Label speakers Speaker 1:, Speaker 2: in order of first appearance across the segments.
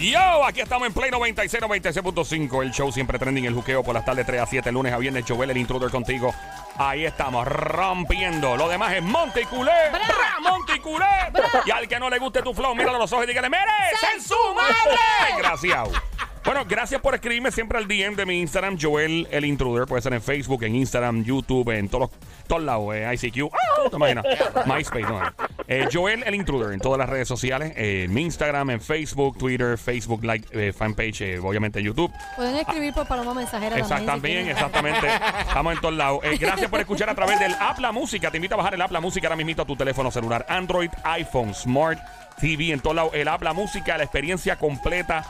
Speaker 1: Yo, aquí estamos en Play 96, 96.5. El show siempre trending, el juqueo por las tardes 3 a 7, lunes a viernes. Joel, el intruder contigo. Ahí estamos, rompiendo. Lo demás es Monticulé. ¡Bra! Monticulé. Y al que no le guste tu flow, míralo a los ojos y dígale, ¡Mere!
Speaker 2: ¡Sen
Speaker 1: ¡En
Speaker 2: su
Speaker 1: su
Speaker 2: madre!
Speaker 1: madre! Gracias. Bueno, gracias por escribirme siempre al DM de mi Instagram, Joel el Intruder. Puede ser en Facebook, en Instagram, YouTube, en todos los- todos lados, eh, ICQ. ¡Ah! ¿Te imaginas? MySpace, no. eh. Eh, Joel el Intruder en todas las redes sociales. eh, en mi Instagram, en Facebook, Twitter, Facebook, like, eh, fanpage, eh, obviamente en YouTube.
Speaker 2: Pueden escribir por Paloma Mensajera
Speaker 1: Exact-
Speaker 2: también.
Speaker 1: también,
Speaker 2: si
Speaker 1: exactamente. Estamos en todos lados. Eh, gracias por escuchar a través del app La Música. Te invito a bajar el app La Música ahora mismito a tu teléfono celular. Android, iPhone, Smart TV, en todos lados. El app La Música, la experiencia completa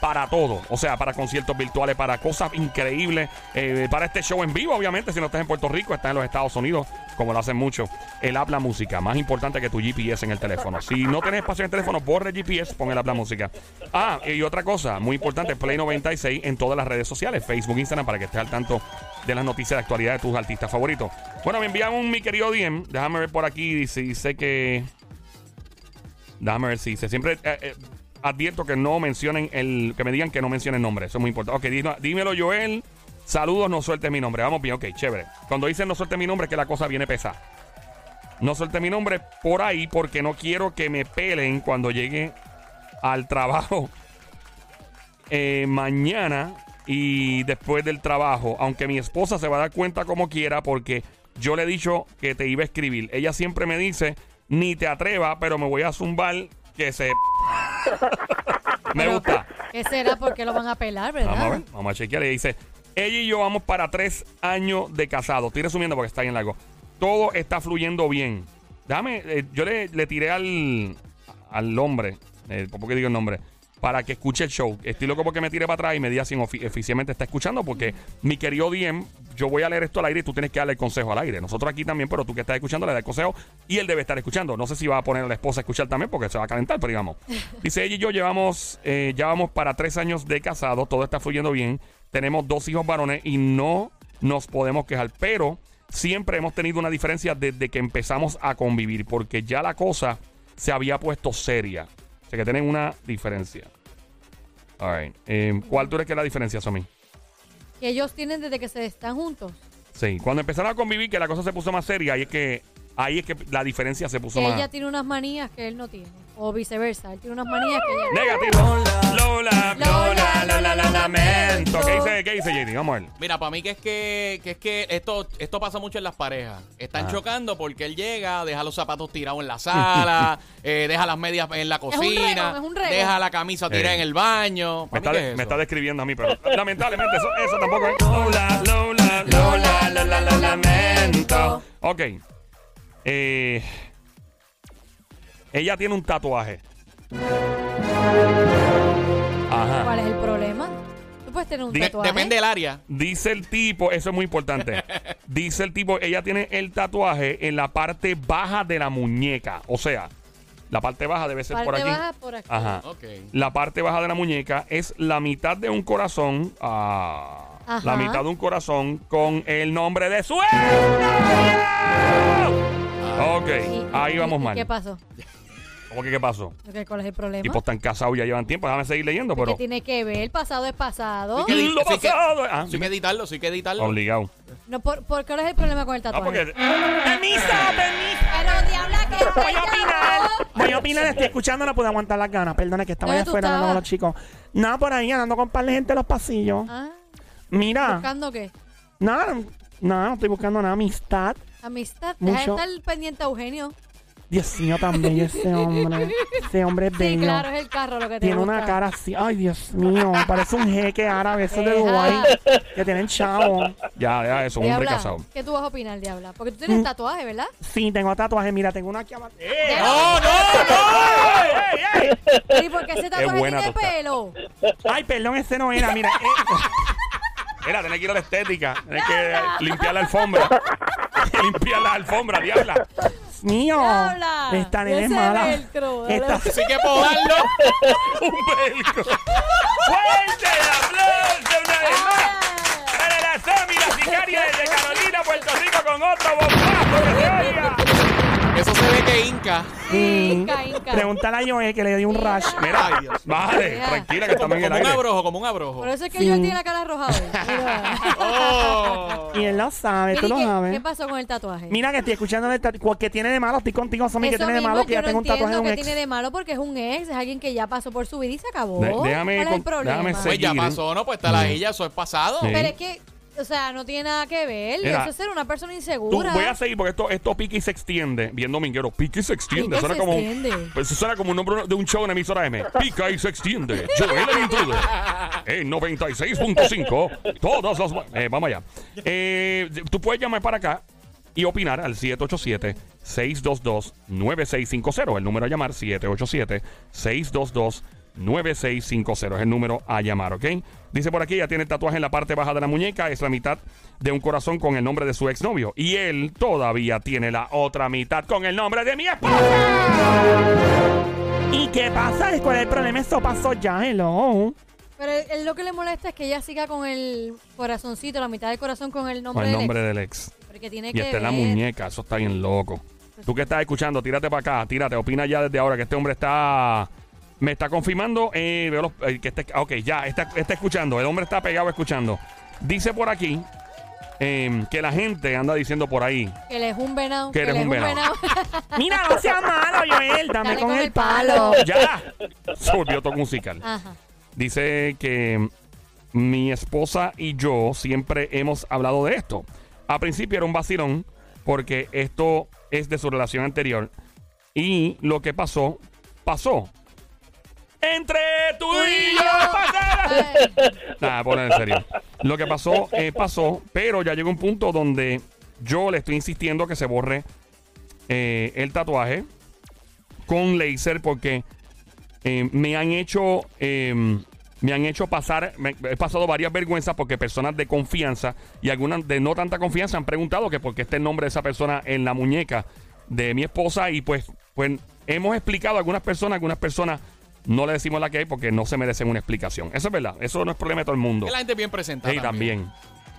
Speaker 1: para todo. O sea, para conciertos virtuales, para cosas increíbles, eh, para este show en vivo, obviamente. Si no estás en Puerto Rico, estás en los Estados Unidos, como lo hacen muchos. El app La Música, más importante que tu GPS en el teléfono. Si no tienes espacio en el teléfono, borre el GPS, pon el app La Música. Ah, y otra cosa, muy importante, Play 96 en todas las redes sociales, Facebook, Instagram, para que estés al tanto de las noticias de actualidad de tus artistas favoritos. Bueno, me envían un mi querido DM. Déjame ver por aquí. Dice, dice que. Déjame ver si dice. Siempre eh, eh, advierto que no mencionen el. Que me digan que no mencionen nombre. Eso es muy importante. Ok, dino- dímelo, Joel. Saludos, no sueltes mi nombre. Vamos bien, ok, chévere. Cuando dicen no sueltes mi nombre, es que la cosa viene pesada. No sueltes mi nombre por ahí porque no quiero que me pelen cuando llegue al trabajo eh, mañana y después del trabajo. Aunque mi esposa se va a dar cuenta como quiera porque yo le he dicho que te iba a escribir. Ella siempre me dice, ni te atreva, pero me voy a zumbar que se... me
Speaker 2: Pero,
Speaker 1: gusta.
Speaker 2: ¿Qué será? Porque lo van a pelar, ¿verdad?
Speaker 1: Vamos a ver, vamos a chequear. Y dice, ella y yo vamos para tres años de casado. Estoy resumiendo porque está bien largo. Todo está fluyendo bien. Déjame, eh, yo le, le tiré al, al hombre, eh, ¿por qué digo el nombre? Para que escuche el show. Estoy loco porque me tire para atrás y me diga si ofi- oficialmente está escuchando, porque mi querido DM, yo voy a leer esto al aire y tú tienes que darle el consejo al aire. Nosotros aquí también, pero tú que estás escuchando le das el consejo y él debe estar escuchando. No sé si va a poner a la esposa a escuchar también porque se va a calentar, pero digamos. Dice ella y yo llevamos, eh, ya vamos para tres años de casado, todo está fluyendo bien. Tenemos dos hijos varones y no nos podemos quejar, pero siempre hemos tenido una diferencia desde que empezamos a convivir, porque ya la cosa se había puesto seria. O sea que tienen una diferencia. All right. Eh, ¿Cuál tú crees que es la diferencia, Somi?
Speaker 2: Que ellos tienen desde que se están juntos.
Speaker 1: Sí, cuando empezaron a convivir, que la cosa se puso más seria, ahí es que, ahí es que la diferencia se puso
Speaker 2: que
Speaker 1: más.
Speaker 2: ella tiene unas manías que él no tiene. O viceversa, él tiene unas manías que ella
Speaker 1: Negativo. Lola,
Speaker 2: Lola, Lola, lo lamento.
Speaker 1: ¿Qué dice, qué dice JD? Vamos a ver.
Speaker 3: Mira, para mí que es que, que es que esto, esto pasa mucho en las parejas. Están
Speaker 1: Ajá.
Speaker 3: chocando porque él llega, deja los zapatos tirados en la sala, eh, deja las medias en la
Speaker 2: un reo,
Speaker 3: cocina,
Speaker 2: es un reo.
Speaker 3: deja la camisa tirada
Speaker 1: Eh.
Speaker 3: en el baño.
Speaker 1: Me
Speaker 3: Pa' mí
Speaker 1: está,
Speaker 3: que es
Speaker 1: me
Speaker 3: eso.
Speaker 1: está describiendo a mí, pero lamentablemente eso, eso tampoco es. Lola, Lola,
Speaker 2: Lola, Lola, lo lamento.
Speaker 1: Ok. Eh, ella tiene un tatuaje.
Speaker 2: tiene.
Speaker 1: Ajá.
Speaker 2: ¿Cuál es el problema? Tú puedes tener un
Speaker 1: Diga-
Speaker 2: tatuaje.
Speaker 3: Depende del área.
Speaker 1: Dice el tipo, eso es muy importante. Dice el tipo, ella tiene el tatuaje en la parte baja de la muñeca. O sea, la parte baja debe ser
Speaker 2: Parte
Speaker 1: por aquí.
Speaker 2: baja por aquí.
Speaker 1: Ajá.
Speaker 3: Ok.
Speaker 1: La parte baja de la muñeca es la mitad de un corazón. ah,
Speaker 2: Ajá.
Speaker 1: la mitad de un corazón con el nombre de su ex. Ok,
Speaker 2: Y-
Speaker 1: ahí
Speaker 2: y-
Speaker 1: vamos
Speaker 2: y
Speaker 1: mal.
Speaker 2: ¿Qué pasó?
Speaker 1: ¿Cómo que qué pasó?
Speaker 2: Ok, ¿Cuál es el problema?
Speaker 1: Tipos tan casados ya llevan tiempo. Déjame seguir leyendo,
Speaker 2: ¿Qué
Speaker 1: pero.
Speaker 2: tiene que ver? El pasado es pasado.
Speaker 3: ¿Qué di-
Speaker 1: Lo
Speaker 3: sí que-
Speaker 1: pasado. ah,
Speaker 3: Sí hay que editarlo, sí hay que editarlo.
Speaker 1: obligado.
Speaker 2: No, ¿por, por qué cuál es el problema con el
Speaker 1: Ah,
Speaker 2: tatuaje?
Speaker 1: porque. ¡Permisa! ¡Permisa!
Speaker 2: Pero diabla que
Speaker 4: Voy a opinar. Voy a opinar, estoy escuchando, no pude aguantar las ganas. Perdone que estaba allá
Speaker 2: ¿Dónde tú
Speaker 4: afuera hablando con
Speaker 2: estabas?
Speaker 4: los chicos. Nada, por ahí andando con par de gente en los pasillos.
Speaker 2: Ah,
Speaker 4: Mira,
Speaker 2: ¿Buscando qué?
Speaker 4: nada, nada, no estoy buscando nada. Amistad.
Speaker 2: Amistad. Deja de
Speaker 4: Mucho.
Speaker 2: estar pendiente a Eugenio.
Speaker 4: Dios mío, tan bello ese hombre. Ese hombre es
Speaker 2: Sí,
Speaker 4: bello.
Speaker 2: claro, es el carro lo que te
Speaker 4: Tiene
Speaker 2: gusta.
Speaker 4: una cara así. Ay, Dios mío, parece un jeque árabe, eso de
Speaker 2: Deja.
Speaker 4: Dubái. Que tienen chavo.
Speaker 1: Ya, ya, eso, un hombre
Speaker 2: Diabla,
Speaker 1: casado.
Speaker 2: ¿qué tú vas a opinar, Diabla? Porque tú
Speaker 4: Mm.
Speaker 2: tienes tatuaje, ¿verdad?
Speaker 4: Sí, tengo tatuaje. Mira, tengo una aquí abajo. ¡Eh,
Speaker 1: ¡Oh!
Speaker 3: ¡No, no, no!
Speaker 2: ¿Y por qué ese tatuaje
Speaker 1: buena
Speaker 2: tiene
Speaker 1: tostada.
Speaker 2: pelo?
Speaker 4: Ay, perdón, ese no era. Mira, eh,
Speaker 1: Mira, tenés que ir a la estética. Tenés que limpiar la alfombra. limpiar la alfombra, diabla.
Speaker 4: Dios mío.
Speaker 2: Diabla,
Speaker 4: Esta nena es
Speaker 2: ese
Speaker 4: mala.
Speaker 2: velcro,
Speaker 4: Esta
Speaker 3: Sí hay que podarlo.
Speaker 1: un velcro. ¡Fuerte el aplauso una vez más! Para la Sammy, la sicaria desde Carolina, Puerto Rico, con otro bombazo que se oiga.
Speaker 3: Eso se bebé que hinca.
Speaker 2: Inca, Inca.
Speaker 4: Pregúntale a Joel que le dio un rash.
Speaker 1: Mira,
Speaker 3: Ay, Dios.
Speaker 1: vale,
Speaker 2: Mira.
Speaker 1: tranquila que estamos en el
Speaker 3: Como un
Speaker 1: aire.
Speaker 3: abrojo, como un abrojo.
Speaker 2: Por eso es que yo tiene la cara roja hoy. Mira.
Speaker 3: Oh.
Speaker 4: Y él lo sabe,
Speaker 2: Jenny,
Speaker 4: tú lo
Speaker 2: ¿qué-
Speaker 4: sabes.
Speaker 2: ¿Qué pasó con el tatuaje?
Speaker 4: Mira que estoy escuchando el tatuaje. ¿Qué tiene de malo? Estoy contigo, Somi, que
Speaker 2: Eso
Speaker 4: tiene de
Speaker 2: mismo,
Speaker 4: malo que
Speaker 2: yo
Speaker 4: yo
Speaker 2: no
Speaker 4: tengo un tatuaje de
Speaker 2: entiendo
Speaker 4: un
Speaker 2: qué
Speaker 4: ex.
Speaker 2: tiene de malo porque es un ex, es alguien que ya pasó por su vida y se acabó.
Speaker 1: De- déjame
Speaker 2: ¿Cuál es
Speaker 1: con-
Speaker 2: el problema?
Speaker 1: déjame ser-
Speaker 3: Pues ya
Speaker 1: Seguir, ¿eh?
Speaker 3: pasó, ¿no? Pues está la ella, eso es pasado.
Speaker 1: Sí.
Speaker 2: Pero es que, o sea, no tiene nada que ver.
Speaker 1: Mira,
Speaker 2: eso es ser una persona
Speaker 1: Tú,
Speaker 2: insegura.
Speaker 1: voy a seguir porque esto, esto pique y se extiende. Viendo Minguero, pique y se extiende.
Speaker 2: Pica y
Speaker 1: suena
Speaker 2: se
Speaker 1: como.
Speaker 2: extiende.
Speaker 1: Pues suena como un nombre de un show en emisora M. Pica y se extiende. Joel el intruder. En 96.5. Todas las. ma- Eh, vamos allá. Eh, tú puedes llamar para acá y opinar al 787-622-9650. El número a llamar, 787-622-9650. 9650 es el número a llamar, ¿ok? Dice por aquí, ya tiene el tatuaje en la parte baja de la muñeca, es la mitad de un corazón con el nombre de su exnovio. Y él todavía tiene la otra mitad con el nombre de mi esposa.
Speaker 4: ¿Y qué pasa? ¿Cuál es el problema? Eso pasó ya, hello.
Speaker 2: Pero él- él lo que le molesta es que ella siga con el corazoncito, la mitad del corazón con el
Speaker 1: Con
Speaker 2: nombre
Speaker 1: el
Speaker 2: del
Speaker 1: nombre
Speaker 2: ex.
Speaker 1: del ex.
Speaker 2: Porque tiene
Speaker 1: Y
Speaker 2: que
Speaker 1: está en la
Speaker 2: ver.
Speaker 1: muñeca, eso está bien loco. Tú que estás escuchando, tírate para acá, tírate, opina ya desde ahora que este hombre está... Me está confirmando, eh, veo los- eh, que este, ah, ok, ya, está, está escuchando, el hombre está pegado escuchando. Dice por aquí em, que la gente anda diciendo por ahí,
Speaker 2: Que él es un venado.
Speaker 1: Que
Speaker 2: Que
Speaker 1: eres
Speaker 2: él es
Speaker 1: un
Speaker 2: un
Speaker 1: venado.
Speaker 2: venado.
Speaker 4: Mira, no seas malo, Joel. Dame
Speaker 2: Dale
Speaker 4: con, el palo.
Speaker 1: ¡Ya! Se volvió todo musical.
Speaker 2: Ajá.
Speaker 1: Dice que mi esposa y yo siempre hemos hablado de esto. A principio era un vacilón porque esto es de su relación anterior. Y lo que pasó, pasó. Entre tú y yo pasará.
Speaker 2: Ay,
Speaker 1: Nada, poner en serio. Lo que pasó, eh, pasó, pero ya llegó un punto donde yo le estoy insistiendo que se borre eh, el tatuaje con laser porque eh, me han hecho eh, me han hecho pasar me- he pasado varias vergüenzas porque personas de confianza y algunas de no tanta confianza han preguntado que por qué está el nombre de esa persona en la muñeca de mi esposa y pues pues hemos explicado a algunas personas algunas personas no le decimos la que hay porque no se merecen una explicación eso es verdad eso no es problema de todo el mundo
Speaker 3: Que la gente es bien presentada.
Speaker 1: Sí, también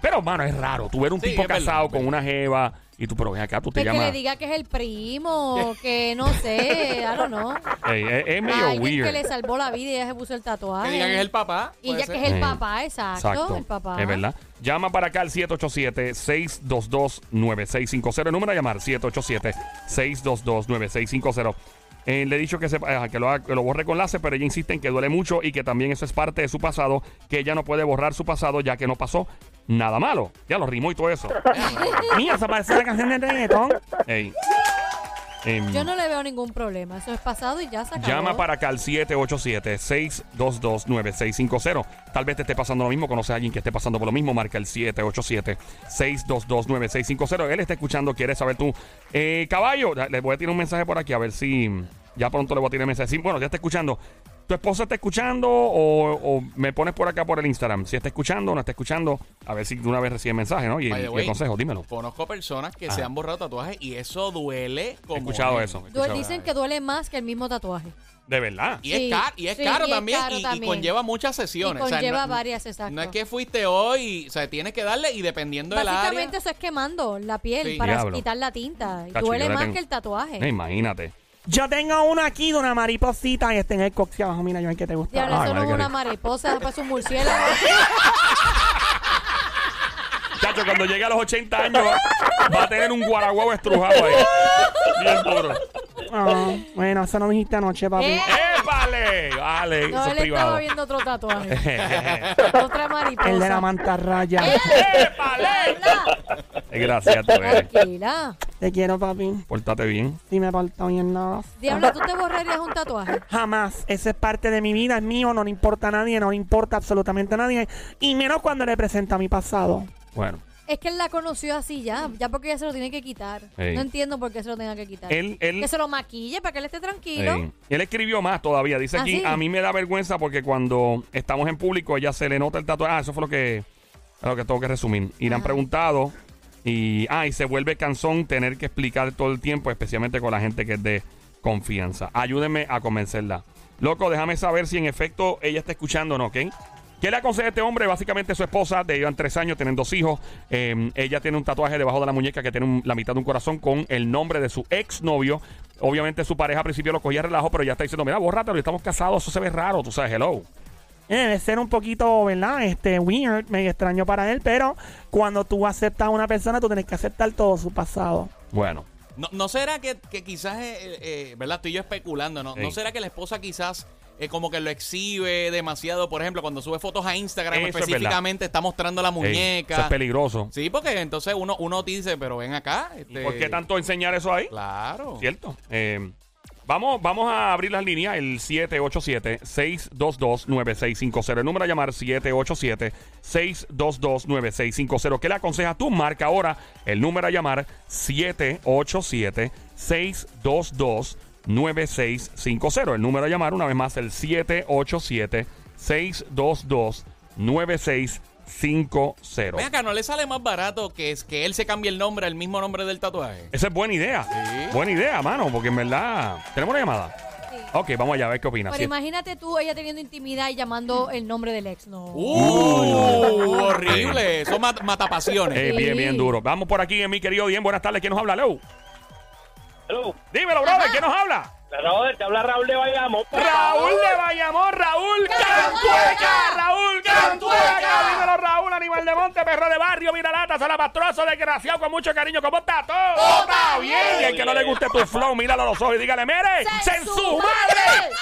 Speaker 1: pero mano es raro tú ver un
Speaker 3: Sí,
Speaker 1: tipo
Speaker 3: es verdad,
Speaker 1: casado
Speaker 3: es
Speaker 1: con una jeva y tú pero ven acá tú te
Speaker 2: Es pues, que le
Speaker 1: llamas
Speaker 2: diga que es el primo, que no sé, I don't know.
Speaker 1: Ey, es, es medio
Speaker 2: A alguien
Speaker 1: weird
Speaker 2: que le salvó la vida y ella se puso el tatuaje.
Speaker 3: Que digan que es el papá.
Speaker 2: Y
Speaker 3: puede
Speaker 2: ya
Speaker 3: ser.
Speaker 2: que es
Speaker 1: Eh,
Speaker 2: el papá, exacto, el papá.
Speaker 1: Es verdad. Llama para acá al 787-622-9650. El número a llamar, 787-622-9650. Eh, le he dicho que, se, ah, que, lo, haga- que lo borre con láser, pero ella insiste en que duele mucho y que también eso es parte de su pasado, que ella no puede borrar su pasado ya que no pasó nada malo. Ya lo rimó y todo eso.
Speaker 4: Mira, eso parece la canción del reggaetón.
Speaker 1: Ey. Em,
Speaker 2: Yo no le veo ningún problema. Eso es pasado y ya se acabó.
Speaker 1: Llama para acá al 787-622-9650. Tal vez te esté pasando lo mismo, conoces a alguien que esté pasando por lo mismo, marca el 787-622-9650. Él está escuchando, quiere saber tú. Eh, caballo, le voy a tirar un mensaje por aquí, a ver si ya pronto le voy a tirar un mensaje. Sí, bueno, ya está escuchando. ¿Tu esposa está escuchando o, o me pones por acá por el Instagram? Si está escuchando o no está escuchando, a ver si de una vez recibe mensaje, ¿no? Y, y
Speaker 3: By the
Speaker 1: el
Speaker 3: way,
Speaker 1: consejo, dímelo.
Speaker 3: Conozco personas que se han borrado tatuajes y eso duele como.
Speaker 1: He escuchado
Speaker 3: nene.
Speaker 1: eso. he
Speaker 2: Du-
Speaker 1: escuchado.
Speaker 2: dicen que duele más que el mismo tatuaje.
Speaker 1: De verdad.
Speaker 3: Y es,
Speaker 2: Sí,
Speaker 3: caro, y es
Speaker 2: sí,
Speaker 3: caro
Speaker 2: y es
Speaker 3: también,
Speaker 2: caro
Speaker 3: y, y
Speaker 2: también.
Speaker 3: conlleva muchas sesiones.
Speaker 2: Y conlleva
Speaker 3: no,
Speaker 2: varias, exacto.
Speaker 3: No es que fuiste hoy, o sea, tienes que darle y dependiendo del área.
Speaker 2: Básicamente eso es quemando la piel
Speaker 3: Sí.
Speaker 2: para
Speaker 1: Diablo.
Speaker 2: quitar la tinta. Y
Speaker 1: Cacho, yo
Speaker 2: duele
Speaker 1: le
Speaker 2: más
Speaker 1: tengo-
Speaker 2: que el tatuaje.
Speaker 1: Eh, imagínate.
Speaker 4: Yo tengo uno aquí de una mariposita y está en el coxie abajo. Mira, Joel, que te gusta.
Speaker 2: Diablo,
Speaker 1: Ay,
Speaker 2: eso no
Speaker 1: madre,
Speaker 2: es
Speaker 1: qué
Speaker 2: una
Speaker 1: rico.
Speaker 2: mariposa, eso parece un murciélago.
Speaker 1: Chacho, cuando llegue a los 80 años va a tener un guaraguao estrujado ahí. Bien duro.
Speaker 4: Ah, bueno, eso no lo dijiste anoche, papi.
Speaker 2: ¿Eh?
Speaker 1: ¡Épale! Vale,
Speaker 2: No,
Speaker 1: eso
Speaker 2: él
Speaker 1: es
Speaker 2: estaba
Speaker 1: privado.
Speaker 2: viendo otro tatuaje. otra mariposa.
Speaker 4: El de la mantarraya.
Speaker 2: Eh,
Speaker 1: ¡Épale!
Speaker 2: Habla,
Speaker 1: Gracias, tú eres.
Speaker 2: Tranquila.
Speaker 4: Te quiero, papi.
Speaker 1: Pórtate bien.
Speaker 4: Si me falta bien nada.
Speaker 2: Diablo, ¿tú te borrarías un tatuaje?
Speaker 4: Jamás. Eso es parte de mi vida, es mío, no le importa a nadie, no le importa absolutamente a nadie. Y menos cuando representa mi pasado.
Speaker 1: Bueno,
Speaker 2: Es que él la conoció así ya, ya porque ella se lo tiene que quitar.
Speaker 1: Ey.
Speaker 2: No entiendo por qué se lo tenga que quitar.
Speaker 1: él, él,
Speaker 2: que se lo maquille para que él esté tranquilo.
Speaker 1: eh, él escribió más todavía. Dice
Speaker 2: ¿Ah,
Speaker 1: aquí,
Speaker 2: sí?
Speaker 1: a mí me da vergüenza porque cuando estamos en público ella se le nota el tatuaje. Ah, eso fue lo que, lo que tengo que resumir. Y le han
Speaker 2: Ajá.
Speaker 1: preguntado y, ah, y se vuelve cansón tener que explicar todo el tiempo, especialmente con la gente que es de confianza. Ayúdenme a convencerla. Loco, déjame saber si en efecto ella está escuchando o no, ¿ok? ¿Qué le aconseja a este hombre? Básicamente su esposa, de llevan tres años, tienen dos hijos. Em, Eh, ella tiene un tatuaje debajo de la muñeca que tiene un- la mitad de un corazón con el nombre de su exnovio. Obviamente su pareja al principio lo cogía relajo, pero ya está diciendo, mira, bórratelo, ya estamos casados, eso se ve raro, tú sabes, hello.
Speaker 4: Eh, Debe ser un poquito, ¿verdad? Este, weird, medio extraño para él, pero cuando tú aceptas a una persona, tú tienes que aceptar todo su pasado.
Speaker 1: Bueno,
Speaker 3: No, ¿no será que, que quizás, eh, eh, ¿verdad? Estoy yo especulando, ¿no? ¿No
Speaker 1: Sí.
Speaker 3: será que la esposa quizás eh, como que lo exhibe demasiado? Por ejemplo, cuando sube fotos a Instagram
Speaker 1: Eso es verdad.
Speaker 3: específicamente está mostrando la
Speaker 1: ey, eso es
Speaker 3: muñeca.
Speaker 1: peligroso.
Speaker 3: sí, porque entonces uno, uno dice, pero ven acá. Este,
Speaker 1: ¿Por qué tanto enseñar eso ahí?
Speaker 3: Claro.
Speaker 1: Cierto. Eh, vamos, vamos a abrir las líneas, el 787-622-9650. El número a llamar 787-622-9650. ¿Qué le aconsejas tú? Marca ahora el número a llamar 787-622-9650. El número a llamar una vez más el 787-622-9650.
Speaker 3: Ven acá, ¿no le sale más barato que, es que él se cambie el nombre, el mismo nombre del tatuaje?
Speaker 1: Esa es buena idea.
Speaker 3: Sí.
Speaker 1: Buena idea, mano, porque en verdad. ¿Tenemos una llamada?
Speaker 2: Sí.
Speaker 1: Ok, vamos allá a ver qué opinas.
Speaker 2: Pero
Speaker 1: Sí.
Speaker 2: imagínate tú, ella teniendo intimidad y llamando el nombre del ex. No.
Speaker 3: ¡Uh! horrible. Son mat- matapasiones.
Speaker 1: Eh, bien,
Speaker 2: Sí.
Speaker 1: bien duro. Vamos por aquí, eh, mi querido bien. Buenas tardes. ¿Quién nos habla, Leo?
Speaker 5: Hello.
Speaker 1: Dímelo, brother. ¿Quién nos habla?
Speaker 5: Raúl, te habla Raúl de Bailamos.
Speaker 1: Raúl de Bayamón, Raúl Cantueca. Raúl Cantueca. Dímelo, Raúl, animal de monte, perro de barrio, mira lata, salapastroso, desgraciado, con mucho cariño. ¿Cómo está todo? está bien. Y el que no le guste tu flow, míralo a los ojos y dígale, mire, ¡sen su madre!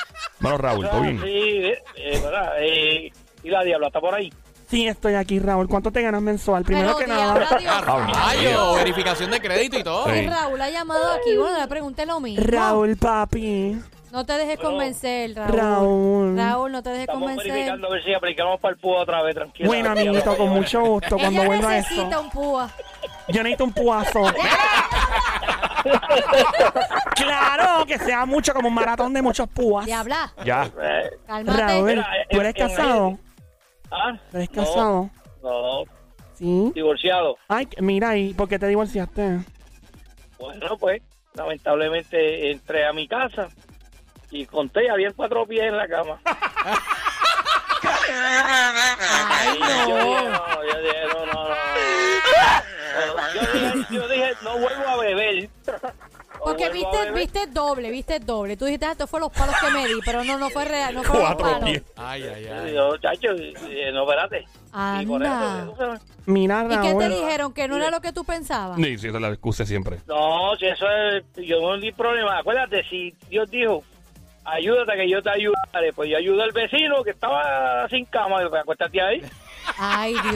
Speaker 1: Bueno, Raúl, todo bien.
Speaker 5: Sí, eh, eh, ¿verdad? Eh, y la diabla está por ahí.
Speaker 4: Sí, estoy aquí, Raúl. ¿Cuánto te ganas mensual? Primero
Speaker 2: Pero
Speaker 4: que
Speaker 2: diabla,
Speaker 4: nada.
Speaker 2: Dios.
Speaker 1: Raúl.
Speaker 3: Rayo, verificación de crédito y todo.
Speaker 1: Ah, Sí.
Speaker 2: Que Raúl ha llamado aquí. Bueno, le pregunté lo mismo.
Speaker 4: Raúl, papi.
Speaker 2: No te dejes convencer, Raúl.
Speaker 4: Raúl.
Speaker 2: Raúl, no te dejes
Speaker 5: Estamos
Speaker 2: convencer.
Speaker 5: verificando a ver si aplicamos para el púa otra vez, tranquila.
Speaker 4: Bueno,
Speaker 5: Diabla,
Speaker 4: amiguito, con
Speaker 5: vaya,
Speaker 4: mucho gusto. Cuando
Speaker 2: Ella
Speaker 4: vuelva a
Speaker 2: necesita
Speaker 4: eso.
Speaker 2: un púa.
Speaker 4: Yo necesito un puazo. claro, que sea mucho como un maratón de muchos púas.
Speaker 2: Diabla,
Speaker 1: Ya.
Speaker 5: vaya. Eh,
Speaker 4: Raúl,
Speaker 2: cálmate.
Speaker 5: Mira,
Speaker 4: ¿tú
Speaker 5: en-
Speaker 4: eres
Speaker 5: en-
Speaker 4: casado?
Speaker 5: ¿Ah?
Speaker 4: ¿Tú eres
Speaker 5: No,
Speaker 4: casado?
Speaker 5: No,
Speaker 4: Sí.
Speaker 5: divorciado.
Speaker 4: Ay, mira, ¿y por qué te divorciaste?
Speaker 5: Bueno, pues, lamentablemente entré a mi casa y conté, había cuatro pies en la cama.
Speaker 2: Ay,
Speaker 5: Y Yo dije,
Speaker 2: no.
Speaker 5: no, yo dije, no, no, no. Yo dije, yo dije, no vuelvo a beber. No
Speaker 2: Porque
Speaker 5: vuelvo a
Speaker 2: viste,
Speaker 5: beber.
Speaker 2: viste doble, viste doble. Tú dijiste, ah, estos fueron los palos que me di, pero no, no fue real, no fueron los
Speaker 1: Cuatro
Speaker 2: palos.
Speaker 1: pies.
Speaker 3: Ay, ay,
Speaker 5: Yo,
Speaker 3: ay.
Speaker 5: digo, chacho, eh, no, espérate. Y con
Speaker 2: Anda.
Speaker 5: eso, eso-
Speaker 4: Mira,
Speaker 2: ¿Y qué te
Speaker 4: Raúl.
Speaker 2: dijeron? ¿Que no era lo que tú pensabas?
Speaker 1: Sí, sí, esa es la excusa siempre.
Speaker 5: No, si eso es, yo no di problema. Acuérdate, si Dios dijo, ayúdate que yo te ayudaré, pues yo ayudo al vecino que estaba sin cama, y pues, acuéstate ahí.
Speaker 2: Ay, Dios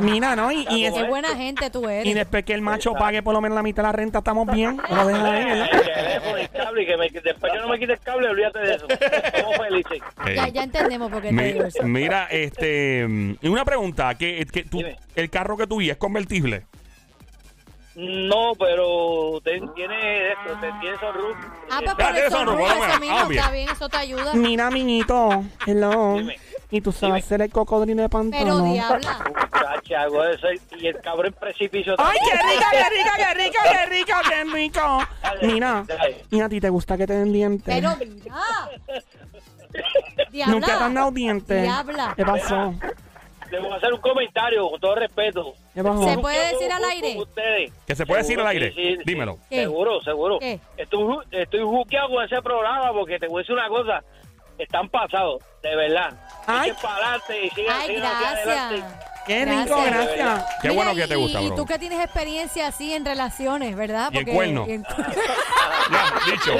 Speaker 2: mío.
Speaker 4: Mira, ¿no? Y, y,
Speaker 5: Ya,
Speaker 4: ese-
Speaker 2: Qué buena gente tú
Speaker 4: y
Speaker 2: eres.
Speaker 4: después que el macho pague por lo menos la mitad de la renta, estamos bien. No lo deja ahí, ¿verdad?
Speaker 5: El teléfono, el cable, y que me- que después yo no me quite el cable, olvídate de eso. Somos felices.
Speaker 1: Eh,
Speaker 2: Ya, ya entendemos por qué te
Speaker 1: Mi-
Speaker 2: divorciaste.
Speaker 1: mira, este. mm, y Una pregunta: que, que tú-
Speaker 5: Dime.
Speaker 1: ¿el carro que tú guías es convertible?
Speaker 5: No, pero ten- tiene eso, ten- tiene sonroof.
Speaker 2: Ah, pues
Speaker 1: Ya,
Speaker 2: por
Speaker 1: tienes
Speaker 2: eso,
Speaker 1: sonrisa,
Speaker 2: Rubén,
Speaker 1: bueno,
Speaker 2: eso mismo
Speaker 1: ah, bien.
Speaker 2: está bien, eso te ayuda.
Speaker 4: Mira, miñito. Hello.
Speaker 5: Dime.
Speaker 4: ¿Y tú
Speaker 5: Dime.
Speaker 4: sabes ser el cocodrilo de
Speaker 2: Pero
Speaker 4: pantano?
Speaker 2: diabla,
Speaker 5: Muchacha, hago eso y- y el cabrón precipicio.
Speaker 4: ¡Ay, qué
Speaker 5: también.
Speaker 4: rica, qué rica, qué rica, qué rica, qué rico! Mira,
Speaker 5: Dale.
Speaker 4: ¿y a ti te gusta que te den dientes?
Speaker 2: pero mira. Diabla.
Speaker 4: ¿Nunca te han dado dientes?
Speaker 2: Diabla.
Speaker 4: ¿Qué pasó?
Speaker 5: Le voy a hacer un comentario con todo respeto.
Speaker 4: ¿Qué pasó?
Speaker 2: Se- puede decir al aire?
Speaker 5: Ustedes.
Speaker 1: Que se puede decir al
Speaker 5: Seguro,
Speaker 1: aire.
Speaker 5: sí, sí, sí.
Speaker 1: Dímelo.
Speaker 2: ¿Qué?
Speaker 5: Seguro, seguro.
Speaker 2: ¿Qué?
Speaker 5: Estoy, ju- estoy juqueado con ese programa porque te voy a decir una cosa. Están pasados, de verdad.
Speaker 4: Ay.
Speaker 5: Echen para adelante y sigan
Speaker 2: Ay,
Speaker 5: sigan hacia adelante.
Speaker 2: gracias.
Speaker 4: ¡Qué rico, gracias!
Speaker 1: Qué
Speaker 2: Mira,
Speaker 1: bueno que te
Speaker 2: y-
Speaker 1: gusta,
Speaker 2: y,
Speaker 1: bro.
Speaker 2: tú que tienes experiencia así en relaciones, ¿verdad?
Speaker 1: Y en cuerno.
Speaker 2: en cu-
Speaker 1: Ya, dicho.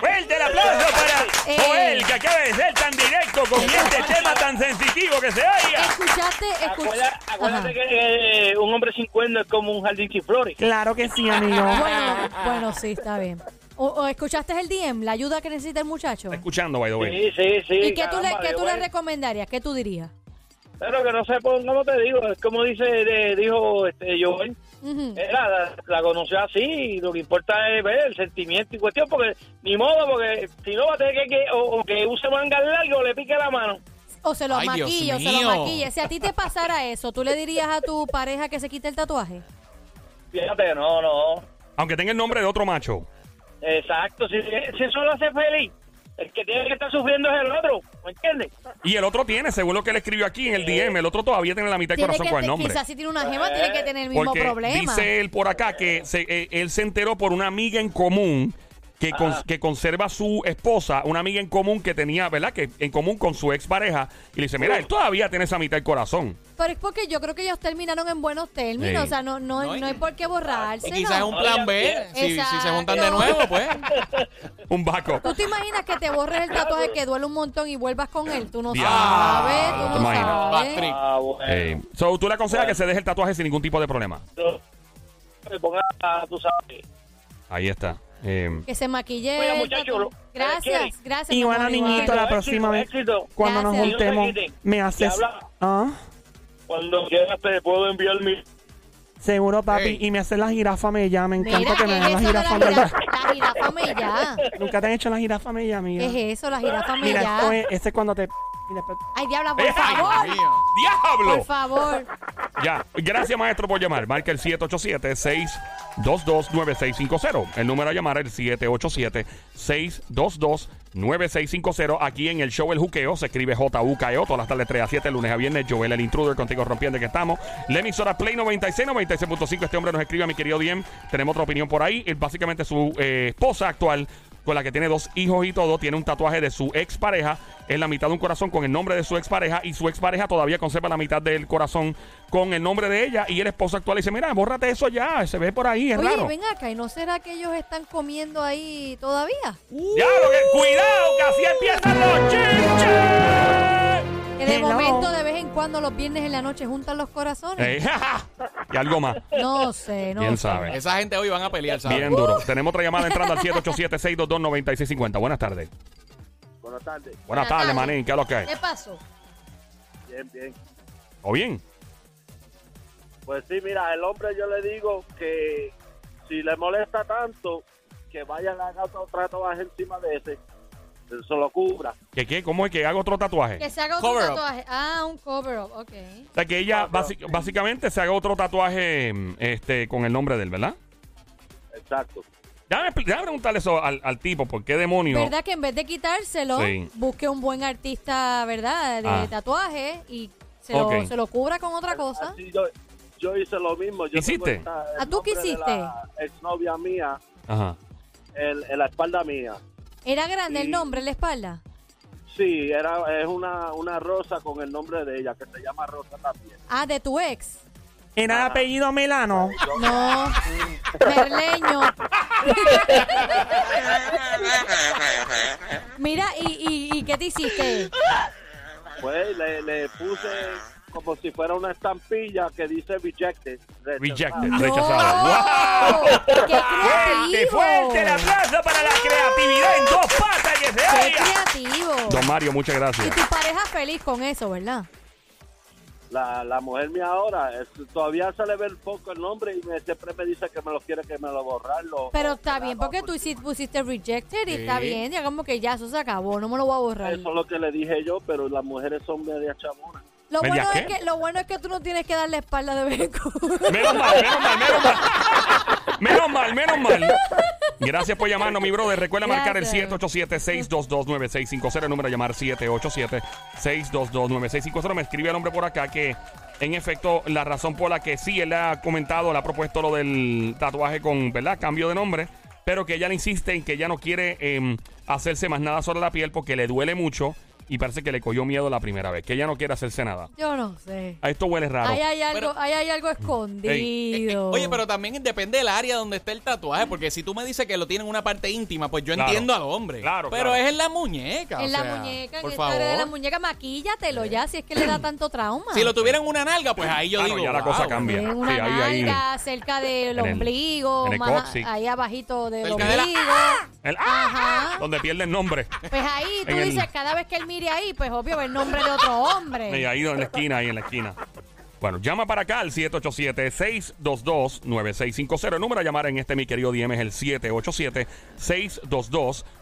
Speaker 1: Fuerte el aplauso
Speaker 2: Eh.
Speaker 1: para Joel, que acaba de ser tan directo con este tema tan sensitivo que se
Speaker 2: Eh.
Speaker 1: oiga.
Speaker 2: escuchaste, escuchaste.
Speaker 5: Acuérdate, acuérdate que eh, un hombre sin cuernos es como un jardín sin flores.
Speaker 4: Claro que sí, amigo.
Speaker 2: Bueno, bueno, sí, está bien. O, o escuchaste el DM, la ayuda que necesita el muchacho.
Speaker 1: Está escuchando, by the way.
Speaker 5: Sí, sí, sí.
Speaker 2: ¿Y qué tú le,
Speaker 5: caramba,
Speaker 2: qué tú le
Speaker 5: Dios,
Speaker 2: recomendarías? ¿Qué tú dirías?
Speaker 5: Pero que no se ponga, ¿cómo te digo? Es como dice, de- dijo este, Joel.
Speaker 2: Ujú.
Speaker 5: Era, la, la conoció así y lo que importa es ver el sentimiento y cuestión, porque ni modo, porque si no va a tener que, que- o, o que use manga larga o le pique la mano.
Speaker 2: O se lo
Speaker 3: Ay, Dios
Speaker 2: maquilla, o se lo
Speaker 3: mío.
Speaker 2: maquilla. Si a ti te pasara eso, ¿tú le dirías a tu pareja que se quite el tatuaje?
Speaker 5: Fíjate, no, no.
Speaker 1: Aunque tenga el nombre de otro macho.
Speaker 5: Exacto, si, si eso lo hace feliz, el que tiene que estar sufriendo es el otro, ¿me entiendes?
Speaker 1: Y el otro tiene, según lo que él escribió aquí en el DM, el otro todavía tiene la mitad del
Speaker 2: Eh. Tiene
Speaker 1: corazón
Speaker 2: que
Speaker 1: con el
Speaker 2: te-
Speaker 1: nombre.
Speaker 2: Quizás si tiene una gema, tiene que tener el mismo
Speaker 1: Porque
Speaker 2: problema.
Speaker 1: dice él por acá que se- eh, él se enteró por una amiga en común que, con- que conserva su esposa, una amiga en común que tenía, ¿verdad? Que en común con su expareja. Y le dice, mira, él todavía tiene esa mitad del corazón.
Speaker 2: Pero es porque yo creo que ellos terminaron en buenos términos.
Speaker 1: Sí.
Speaker 2: O sea, no, no,
Speaker 3: No, y-
Speaker 2: no hay por qué borrarse.
Speaker 3: Y quizás es
Speaker 2: ¿no?
Speaker 3: un plan B. Si, si se
Speaker 2: Exacto.
Speaker 3: juntan de nuevo, pues.
Speaker 1: Un vaco.
Speaker 2: ¿Tú te imaginas que te borres el tatuaje que duele un montón y vuelvas con él? Tú no
Speaker 1: Diablo.
Speaker 2: sabes, tú
Speaker 1: Te
Speaker 2: no
Speaker 1: imaginas.
Speaker 2: sabes.
Speaker 3: Patrick.
Speaker 5: Ah, bueno.
Speaker 1: Eh, so, tú le aconsejas que se deje el tatuaje sin ningún tipo de problema.
Speaker 5: Me ponga, tú sabes.
Speaker 1: Ahí está. Eh,
Speaker 2: Que se maquille.
Speaker 5: Bueno,
Speaker 2: el
Speaker 5: muchacho,
Speaker 2: tatu-
Speaker 5: lo- Kelly.
Speaker 2: gracias, gracias.
Speaker 4: Y
Speaker 2: mi
Speaker 4: bueno,
Speaker 2: amor,
Speaker 4: niñito, la
Speaker 5: Éxito,
Speaker 4: próxima vez.
Speaker 5: éxito.
Speaker 4: Cuando nos
Speaker 2: Gracias.
Speaker 4: juntemos,
Speaker 5: Y no se quiten.
Speaker 4: me
Speaker 5: Y
Speaker 4: haces.
Speaker 5: habla.
Speaker 4: Ah,
Speaker 5: Cuando quieras te puedo enviar mi...
Speaker 4: seguro, papi.
Speaker 3: Ey.
Speaker 4: Y me haces la jirafa mella. Me encanta
Speaker 2: Mira,
Speaker 4: que me
Speaker 2: ¿qué
Speaker 4: hagan
Speaker 2: es
Speaker 4: la
Speaker 2: eso de la
Speaker 4: jirafa mella.
Speaker 2: jirafa? La jirafa mella.
Speaker 4: Nunca te han hecho la jirafa mella, amiga.
Speaker 2: ¿Qué es eso, la jirafa
Speaker 4: Mira, esto
Speaker 2: mella?
Speaker 4: es, este es cuando te. y después-
Speaker 2: Ay, diabla,
Speaker 1: ¡Ay,
Speaker 2: por
Speaker 3: Dios
Speaker 2: favor.
Speaker 3: mío.
Speaker 1: ¡Diablo!
Speaker 2: Por favor.
Speaker 1: Ya. Gracias, maestro, por llamar. Marca el 787-622-9650. El número a llamar es el 787-622-9650. Aquí en el show El Juqueo se escribe J-U-K-E-O. E Todas las tardes 3 a 7, lunes a viernes. Joel, el intruder, contigo rompiendo que estamos. La emisora Play 96, 96.5. Este hombre nos escribe a mi querido Diem. Tenemos otra opinión por ahí. Es básicamente su eh, esposa actual. con la que tiene dos hijos y todo, tiene un tatuaje de su expareja en la mitad de un corazón con el nombre de su expareja y su expareja todavía conserva la mitad del corazón con el nombre de ella y el esposo actual le dice, mira, bórrate eso ya, se ve por ahí, es
Speaker 2: Oye,
Speaker 1: raro.
Speaker 2: ven acá, ¿y no será que ellos están comiendo ahí todavía?
Speaker 1: Ya, lo que- cuidado, que así empiezan los chinches.
Speaker 2: Que de
Speaker 4: Hello.
Speaker 2: momento, de vez en cuando, los viernes en la noche juntan los corazones.
Speaker 1: Eh, jaja. y algo más.
Speaker 2: No sé, no
Speaker 1: ¿Quién
Speaker 2: sé.
Speaker 1: sabe?
Speaker 3: Esa gente hoy van a pelear, ¿sabes?
Speaker 1: Bien duro. Tenemos otra llamada entrando al 787-622-9650. Buenas tardes.
Speaker 5: Buenas tardes.
Speaker 1: Buenas
Speaker 2: Buenas
Speaker 1: tardes,
Speaker 2: tardes.
Speaker 1: manín. ¿Qué es lo que hay?
Speaker 2: ¿Qué pasó?
Speaker 5: Bien, bien.
Speaker 1: ¿O bien?
Speaker 5: Pues sí, mira, el hombre yo le digo que si le molesta tanto, que vaya a haga otro tatuaje encima de ese. Se lo cubra.
Speaker 1: ¿Qué, qué? ¿Cómo es que hago otro tatuaje?
Speaker 2: Que se haga otro
Speaker 3: Cover up.
Speaker 2: tatuaje. Ah, un cover up, ok.
Speaker 1: O sea, que ella
Speaker 5: Ah, claro.
Speaker 1: basi- básicamente se haga otro tatuaje mm, este, con el nombre de él, ¿verdad?
Speaker 5: Exacto.
Speaker 1: Déjame, expli- déjame preguntarle eso al, al tipo, ¿por qué demonio?
Speaker 2: ¿Verdad que en vez de quitárselo,
Speaker 1: Sí.
Speaker 2: busque un buen artista, ¿verdad? De
Speaker 1: Ah.
Speaker 2: tatuaje y se,
Speaker 1: Ok.
Speaker 2: lo, se lo cubra con otra cosa.
Speaker 5: Así yo, yo hice lo mismo. Yo
Speaker 1: ¿Hiciste?
Speaker 5: tengo esta- el
Speaker 2: ¿Ah, tú qué
Speaker 5: nombre de la Exnovia mía,
Speaker 1: Ajá.
Speaker 5: en, en la espalda mía.
Speaker 2: ¿Era grande el
Speaker 5: Sí.
Speaker 2: nombre en la espalda?
Speaker 5: Sí, era, es una, una rosa con el nombre de ella, que se llama Rosa también.
Speaker 2: Ah, de tu ex.
Speaker 4: Era el apellido Melano.
Speaker 2: No. Merleño. Mira, ¿y, y, y qué te hiciste?
Speaker 5: Pues le, le puse como si fuera una estampilla que dice rejected. rechazada.
Speaker 1: Rejected,
Speaker 2: No.
Speaker 1: rechazado.
Speaker 2: ¡Qué
Speaker 1: Ah. ¡Fuerte,
Speaker 2: creativo!
Speaker 1: fuerte el aplauso para la creatividad en dos patas que se
Speaker 2: ¡Qué
Speaker 1: oiga!
Speaker 2: creativo!
Speaker 1: Don Mario, muchas
Speaker 2: Y
Speaker 1: gracias.
Speaker 2: tu pareja feliz con eso, ¿verdad?
Speaker 5: La, la mujer mía ahora, es- todavía se le ve el poco el nombre y me, siempre me dice que me lo quiere, que me lo borrarlo.
Speaker 2: Pero está bien, porque tú hiciste- pusiste rejected y está
Speaker 3: Sí.
Speaker 2: bien, ya como que ya eso se acabó, no me lo voy a borrar.
Speaker 5: Eso es lo que le dije yo, pero las mujeres son media chabonas.
Speaker 2: Lo
Speaker 1: ¿Media
Speaker 2: bueno, es
Speaker 1: qué?
Speaker 2: que, lo bueno es que tú no tienes que darle espalda de vez en cuando.
Speaker 1: Menos mal, menos mal, menos mal. Menos mal, menos mal. Gracias por llamarnos, mi brother. Recuerda marcar el
Speaker 2: Gracias.
Speaker 1: 787-622-9650. El número a llamar 787-622-9650. Me escribe el hombre por acá que, en efecto, la razón por la que sí él ha comentado, le ha propuesto lo del tatuaje con, ¿verdad? Cambio de nombre. Pero que ella le insiste en que ella no quiere eh, hacerse más nada sobre la piel porque le duele mucho y parece que le cogió miedo la primera vez. Que ella no quiere hacerse nada.
Speaker 2: Yo no sé.
Speaker 1: A esto huele raro.
Speaker 2: Ahí hay algo,
Speaker 3: Pero-
Speaker 2: ahí hay algo
Speaker 3: Eh, eh,
Speaker 2: escondido.
Speaker 3: Oye, pero también depende del área donde esté el tatuaje, porque si tú me dices que lo tiene en una parte íntima, pues yo
Speaker 1: Claro.
Speaker 3: entiendo al hombre.
Speaker 1: Claro,
Speaker 3: Pero
Speaker 1: claro.
Speaker 3: es en la muñeca.
Speaker 2: en
Speaker 3: o
Speaker 2: la
Speaker 3: sea,
Speaker 2: muñeca, en
Speaker 3: por
Speaker 2: esta área de la
Speaker 3: favor.
Speaker 2: muñeca, maquillatelo ya, si es que le da tanto trauma.
Speaker 3: Si lo tuviera en una nalga, pues ahí yo
Speaker 1: Ah, no,
Speaker 3: digo.
Speaker 1: ya la cosa
Speaker 3: wow.
Speaker 1: cambia.
Speaker 2: en
Speaker 1: bien.
Speaker 2: una
Speaker 1: Sí, ahí, ahí.
Speaker 2: nalga, cerca del
Speaker 1: En el-
Speaker 2: ombligo,
Speaker 1: en el
Speaker 2: más
Speaker 1: coxis.
Speaker 2: ahí abajito del
Speaker 3: Cerca de la-
Speaker 2: ombligo.
Speaker 1: El- ¡Ah!
Speaker 2: Ajá.
Speaker 1: Donde pierde el nombre.
Speaker 2: Pues ahí tú
Speaker 1: En el-
Speaker 2: dices, cada vez que él mire ahí, pues obvio ve el nombre de otro
Speaker 1: Y
Speaker 2: hombre.
Speaker 1: ahí en la esquina, ahí en la esquina. Bueno, llama para acá al 787-622-9650. El número a llamar en este, mi querido DM, es el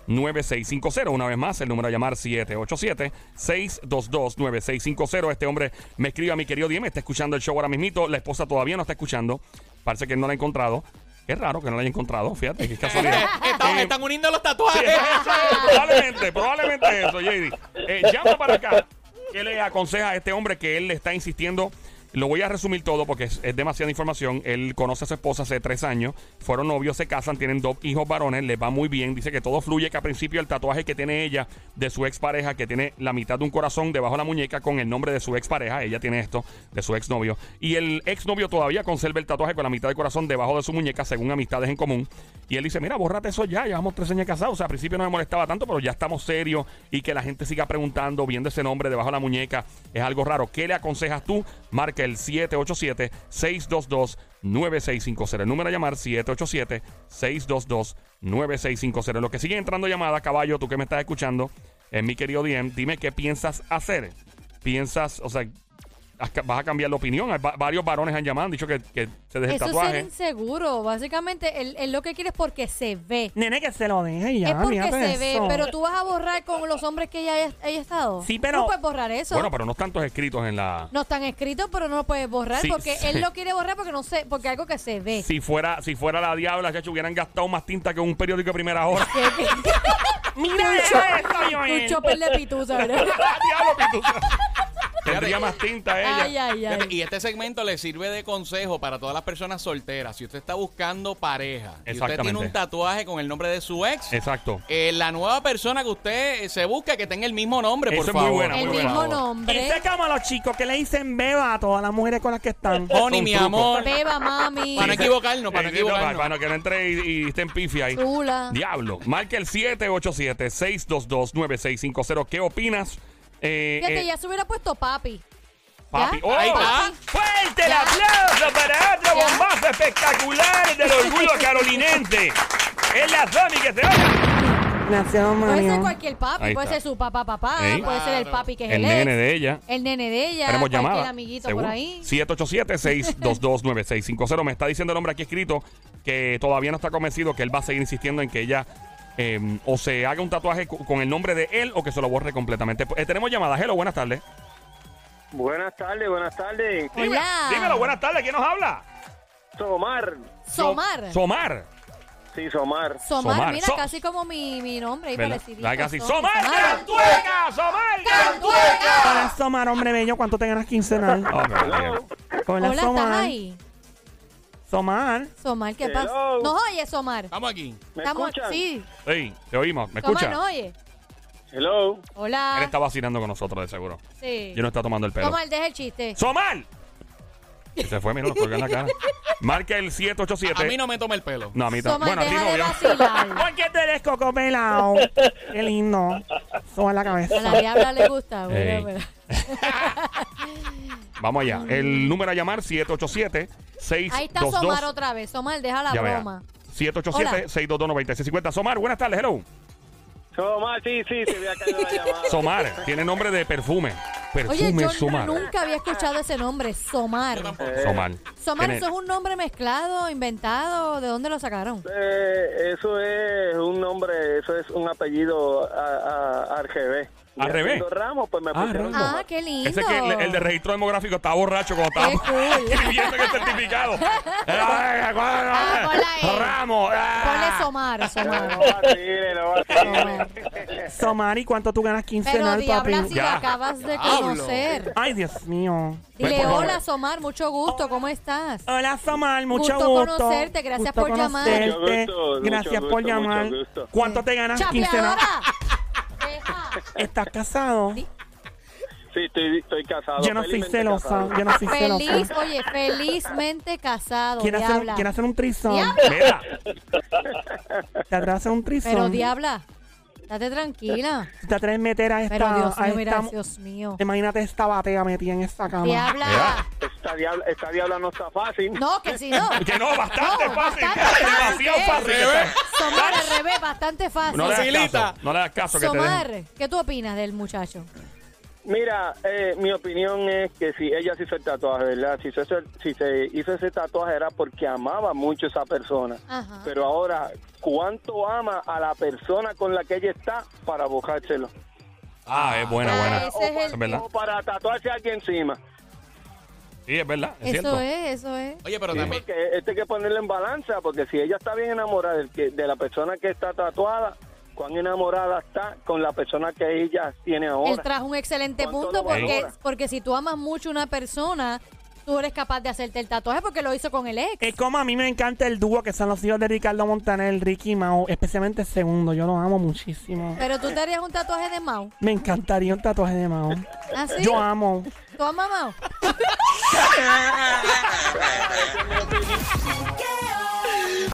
Speaker 1: 787-622-9650. Una vez más, el número a llamar 787-622-9650. Este hombre me escribe a mi querido DM, está escuchando el show ahora mismito. La esposa todavía no está escuchando. Parece que él no la ha encontrado. Es raro que no la haya encontrado, fíjate, qué casualidad.
Speaker 3: Están,
Speaker 1: Eh,
Speaker 3: están uniendo los
Speaker 1: Sí,
Speaker 3: tatuajes.
Speaker 1: eso es, probablemente, probablemente eso, JD. Eh, llama para acá. ¿Qué le aconseja a este hombre que él le está insistiendo Lo voy a resumir todo porque es, es demasiada información. Él conoce a su esposa hace tres años. Fueron novios, se casan, tienen dos hijos varones, les va muy bien. Dice que todo fluye, que al principio el tatuaje que tiene ella de su expareja, que tiene la mitad de un corazón debajo de la muñeca con el nombre de su expareja, ella tiene esto, de su exnovio. Y el exnovio todavía conserva el tatuaje con la mitad del corazón debajo de su muñeca, según amistades en común. Y él dice, mira, bórrate eso ya, llevamos tres años casados. O sea, al principio no me molestaba tanto, pero ya estamos serios y que la gente siga preguntando, viendo ese nombre debajo de la muñeca, es algo raro. ¿Qué le aconsejas tú? Marca el 787-622-9650. El número a llamar 787-622-9650. Lo que sigue entrando llamada, caballo, tú que me estás escuchando, en mi querido DM, dime qué piensas hacer. Piensas, o sea, has ca- vas a cambiar la opinión. Hay va- varios varones han llamado, han dicho que, que se deje el
Speaker 2: Eso es ser
Speaker 1: tatuaje.
Speaker 2: inseguro. Básicamente, él, él lo que quiere es porque se ve.
Speaker 4: Nene, que se lo deje y ya.
Speaker 2: es porque
Speaker 4: olvídate
Speaker 2: se
Speaker 4: de
Speaker 2: ve.
Speaker 4: eso.
Speaker 2: Pero tú vas a borrar con los hombres que ella haya, haya estado.
Speaker 4: Sí, pero-
Speaker 2: No puedes borrar eso.
Speaker 1: Bueno, pero no tantos escritos en la...
Speaker 2: no están escritos, pero no lo puedes borrar
Speaker 1: Sí,
Speaker 2: porque
Speaker 1: sí.
Speaker 2: él lo quiere borrar porque no sé, porque algo que se ve.
Speaker 1: Si fuera, si fuera la diabla, chacho, hubieran gastado más tinta que un periódico de primera hora.
Speaker 4: Mira eso, Joel.
Speaker 2: Un chopper de pituza, ¿verdad?
Speaker 1: Diablo, Pitufo. Tendría más tinta ella.
Speaker 2: Ay, ay,
Speaker 3: Fíjate,
Speaker 2: ay.
Speaker 3: Y este segmento le sirve de consejo para todas las personas solteras. Si usted está buscando pareja y usted tiene
Speaker 1: Exactamente.
Speaker 3: un tatuaje con el nombre de su ex,
Speaker 1: Exacto.
Speaker 3: eh, la nueva persona que usted eh, se busca que tenga el mismo nombre,
Speaker 1: Eso
Speaker 3: por
Speaker 1: es muy
Speaker 3: favor.
Speaker 1: buena, muy
Speaker 2: El
Speaker 1: buena.
Speaker 2: mismo
Speaker 4: Y se
Speaker 2: nombre.
Speaker 4: cama a los chicos que le dicen beba a todas las mujeres con las que están.
Speaker 3: Honey,
Speaker 1: Un
Speaker 3: mi
Speaker 1: truco.
Speaker 3: amor.
Speaker 2: Beba, mami.
Speaker 3: Para no equivocarnos, para no
Speaker 1: Eh, sí, no,
Speaker 3: equivocarnos.
Speaker 1: para- para que no entre y, y esté en pifi ahí.
Speaker 2: Chula.
Speaker 1: Diablo. Marca el 787-622-9650. ¿Qué opinas? Eh,
Speaker 2: Fíjate,
Speaker 1: eh,
Speaker 2: ya se hubiera puesto papi.
Speaker 1: papi.
Speaker 2: ¿Ya?
Speaker 1: ¡Oh!
Speaker 3: Ahí está.
Speaker 1: ¡Fuerte el
Speaker 2: Ya.
Speaker 1: aplauso para otro
Speaker 2: Ya.
Speaker 1: bombazo espectacular del orgullo carolinense! ¡Es la Sony que se vaya!
Speaker 4: Nació,
Speaker 2: Puede ser
Speaker 4: mami.
Speaker 2: cualquier papi,
Speaker 1: Ahí
Speaker 2: puede
Speaker 1: está.
Speaker 2: ser su papá, papá,
Speaker 1: Ey.
Speaker 2: puede ser el papi que es
Speaker 1: El
Speaker 2: el,
Speaker 1: nene
Speaker 2: ex,
Speaker 1: de ella.
Speaker 2: el nene de ella,
Speaker 1: Tenemos
Speaker 2: cualquier
Speaker 1: llamada.
Speaker 2: amiguito
Speaker 1: Seguro.
Speaker 2: por ahí.
Speaker 1: 787-622-9650. Me está diciendo el hombre aquí escrito que todavía no está convencido que él va a seguir insistiendo en que ella eh, o se haga un tatuaje cu- con el nombre de él o que se lo borre completamente. Eh, tenemos llamadas. Hello, buenas tardes.
Speaker 5: Buenas tardes, buenas tardes.
Speaker 2: Hola.
Speaker 1: Dímelo, dímelo, buenas tardes. ¿Quién nos habla?
Speaker 5: Somar.
Speaker 2: Somar.
Speaker 1: Somar.
Speaker 5: Sí, Somar.
Speaker 2: Somar,
Speaker 1: Somar.
Speaker 2: mira,
Speaker 1: So-
Speaker 2: casi como mi, mi nombre. Ahí
Speaker 1: ¿Verdad?
Speaker 2: parecidito,
Speaker 1: Ay, casi.
Speaker 2: Somar.
Speaker 1: ¡Somar
Speaker 2: Somar.
Speaker 1: Cantueca! ¡Somar
Speaker 4: Para asomar, hombre bello, ¿cuánto te ganas quincenal?
Speaker 1: Cantueca! Oh, my God.
Speaker 4: Con
Speaker 2: Hola,
Speaker 4: la
Speaker 2: ¿estás
Speaker 4: Somar.
Speaker 2: ahí?
Speaker 4: Somar.
Speaker 2: Somar, ¿qué
Speaker 5: Hello.
Speaker 2: pasa? ¿Nos oye, Somar?
Speaker 3: Estamos aquí.
Speaker 5: ¿Me
Speaker 2: Estamos-
Speaker 5: escuchan?
Speaker 2: Sí,
Speaker 1: Sí, te oímos. ¿Me
Speaker 2: Somar
Speaker 1: escucha?
Speaker 2: nos oye.
Speaker 5: Hello.
Speaker 1: Él
Speaker 2: Hola.
Speaker 1: está vacilando con nosotros, de seguro.
Speaker 2: Sí.
Speaker 1: Yo no está tomando el pelo.
Speaker 2: Somar, deja el chiste.
Speaker 1: ¡Somal! Se fue, mira, lo colgó en la cara. Marca el 787.
Speaker 3: A mí no me toma el pelo.
Speaker 1: No, a mí
Speaker 2: Somar,
Speaker 1: tampoco. Bueno, a ti
Speaker 2: deja
Speaker 1: no,
Speaker 2: de
Speaker 1: yo-
Speaker 2: vacilar.
Speaker 4: ¿Por qué tú eres coco pelado? Qué lindo. Soba la
Speaker 2: A la
Speaker 4: cabeza.
Speaker 2: diabla le gusta.
Speaker 1: Ey.
Speaker 2: bueno, pero-
Speaker 1: Vamos allá. El número a llamar, 787
Speaker 2: Ahí está Mm. Somar
Speaker 1: 622
Speaker 2: otra vez. Somar, deja la
Speaker 1: Ya vea.
Speaker 2: broma.
Speaker 1: 787 622 9650 Somar, buenas tardes, hello.
Speaker 5: Somar, sí, sí, te había caído la llamada.
Speaker 1: Somar, tiene nombre de perfume.
Speaker 2: Oye,
Speaker 1: Perfume
Speaker 2: yo
Speaker 1: Somar.
Speaker 2: nunca había escuchado ese nombre, Somar.
Speaker 5: Eh,
Speaker 1: Somar.
Speaker 2: Somar,
Speaker 1: Tiene-
Speaker 2: eso es un nombre mezclado, inventado. ¿De dónde lo sacaron?
Speaker 5: Eh, eso es un nombre, eso es un apellido a, a- al revés.
Speaker 1: ¿Al
Speaker 5: Y
Speaker 1: revés?
Speaker 5: haciendo Ramos, pues me
Speaker 1: Ah,
Speaker 5: pusieron
Speaker 1: Ramos.
Speaker 5: Somar.
Speaker 2: Ah, qué lindo.
Speaker 1: Ese que el, el de registro demográfico está borracho cuando
Speaker 2: Qué
Speaker 1: estaba
Speaker 2: cool.
Speaker 1: escribiendo en el certificado.
Speaker 2: Ah, ponla ahí.
Speaker 1: Ramos. ah.
Speaker 2: Ponle Somar,
Speaker 5: No
Speaker 2: Somar.
Speaker 5: vacile, no vacile.
Speaker 2: Somar.
Speaker 4: Somar, ¿y cuánto tú ganas
Speaker 2: Pero
Speaker 4: quincenal, papi?
Speaker 2: diabla, si
Speaker 1: Ya.
Speaker 2: la acabas de
Speaker 3: Diablo.
Speaker 2: conocer.
Speaker 4: Ay, Dios mío.
Speaker 1: Ven,
Speaker 2: Dile,
Speaker 1: por favor.
Speaker 2: hola, Somar, mucho gusto, ¿cómo estás?
Speaker 4: Hola, Somar, mucho
Speaker 2: Gusto
Speaker 4: gusto.
Speaker 2: conocerte, gracias por llamar.
Speaker 4: conocerte,
Speaker 5: Mucho gusto,
Speaker 4: gracias
Speaker 5: mucho
Speaker 4: por
Speaker 5: gusto, mucho
Speaker 4: llamar.
Speaker 5: gusto.
Speaker 4: ¿Cuánto te ganas quincenal?
Speaker 2: ¡Chapeadora! Deja.
Speaker 4: ¿Estás casado?
Speaker 2: Sí.
Speaker 5: Sí, estoy, estoy casado.
Speaker 4: Yo no soy
Speaker 5: felizmente
Speaker 4: celosa.
Speaker 5: casado.
Speaker 4: Yo no soy
Speaker 2: Feliz,
Speaker 4: celosa.
Speaker 2: oye, felizmente casado,
Speaker 4: ¿Quién hacer, un-
Speaker 2: diabla.
Speaker 4: quién hacer un trisón?
Speaker 2: Diabla.
Speaker 1: Mira,
Speaker 4: ¿Te atreves a hacer un trisón?
Speaker 2: Pero diabla, date tranquila.
Speaker 4: ¿Te atreves a meter a esta...
Speaker 2: Pero Dios
Speaker 4: a
Speaker 2: mío, mira,
Speaker 4: esta-
Speaker 2: Dios mío.
Speaker 4: Imagínate esta batea metida en esta cama.
Speaker 2: Diabla.
Speaker 5: Esta diabla, esta diabla no está fácil.
Speaker 2: No, que si no.
Speaker 1: que no, bastante
Speaker 2: No,
Speaker 1: fácil.
Speaker 2: bastante fácil,
Speaker 1: Demasiado
Speaker 2: ¿qué?
Speaker 1: fácil. que está.
Speaker 2: Somar al revés, bastante fácil.
Speaker 1: No le hagas
Speaker 3: Facilita.
Speaker 1: caso. No le hagas caso que te dejen.
Speaker 2: Somar, ¿qué tú opinas del muchacho?
Speaker 5: Mira, eh, mi opinión es que si ella se hizo el tatuaje, ¿verdad? Si se, hizo el- si se hizo ese tatuaje era porque amaba mucho a esa persona.
Speaker 2: Ajá.
Speaker 5: Pero ahora, ¿cuánto ama a la persona con la que ella está para bojárselo?
Speaker 1: Ah, es buena,
Speaker 2: Ah,
Speaker 1: buena.
Speaker 2: ese es el-
Speaker 1: Es verdad.
Speaker 5: O para tatuarse a alguien encima.
Speaker 1: Sí, es verdad. Es
Speaker 2: eso
Speaker 1: cierto.
Speaker 2: es, eso es.
Speaker 3: Oye, pero
Speaker 1: Sí.
Speaker 3: también.
Speaker 5: Porque este hay que ponerle en balanza, porque si ella está bien enamorada del que- de la persona que está tatuada, cuán enamorada está con la persona que ella tiene
Speaker 2: Él
Speaker 5: ahora.
Speaker 2: trajo un excelente
Speaker 5: ¿Cuánto
Speaker 2: punto
Speaker 5: lo
Speaker 2: porque,
Speaker 5: valora?
Speaker 2: porque si tú amas mucho a una persona, tú eres capaz de hacerte el tatuaje porque lo hizo con el ex.
Speaker 4: Es como a mí me encanta el dúo que son los hijos de Ricardo Montaner, Ricky y Mao, especialmente el segundo. Yo lo amo muchísimo.
Speaker 2: Pero tú te harías un tatuaje de Mau. ¿Ah,
Speaker 4: Me encantaría un tatuaje de Mao.
Speaker 2: ¿Así?
Speaker 4: Yo amo.
Speaker 2: ¿Tú amas Mau?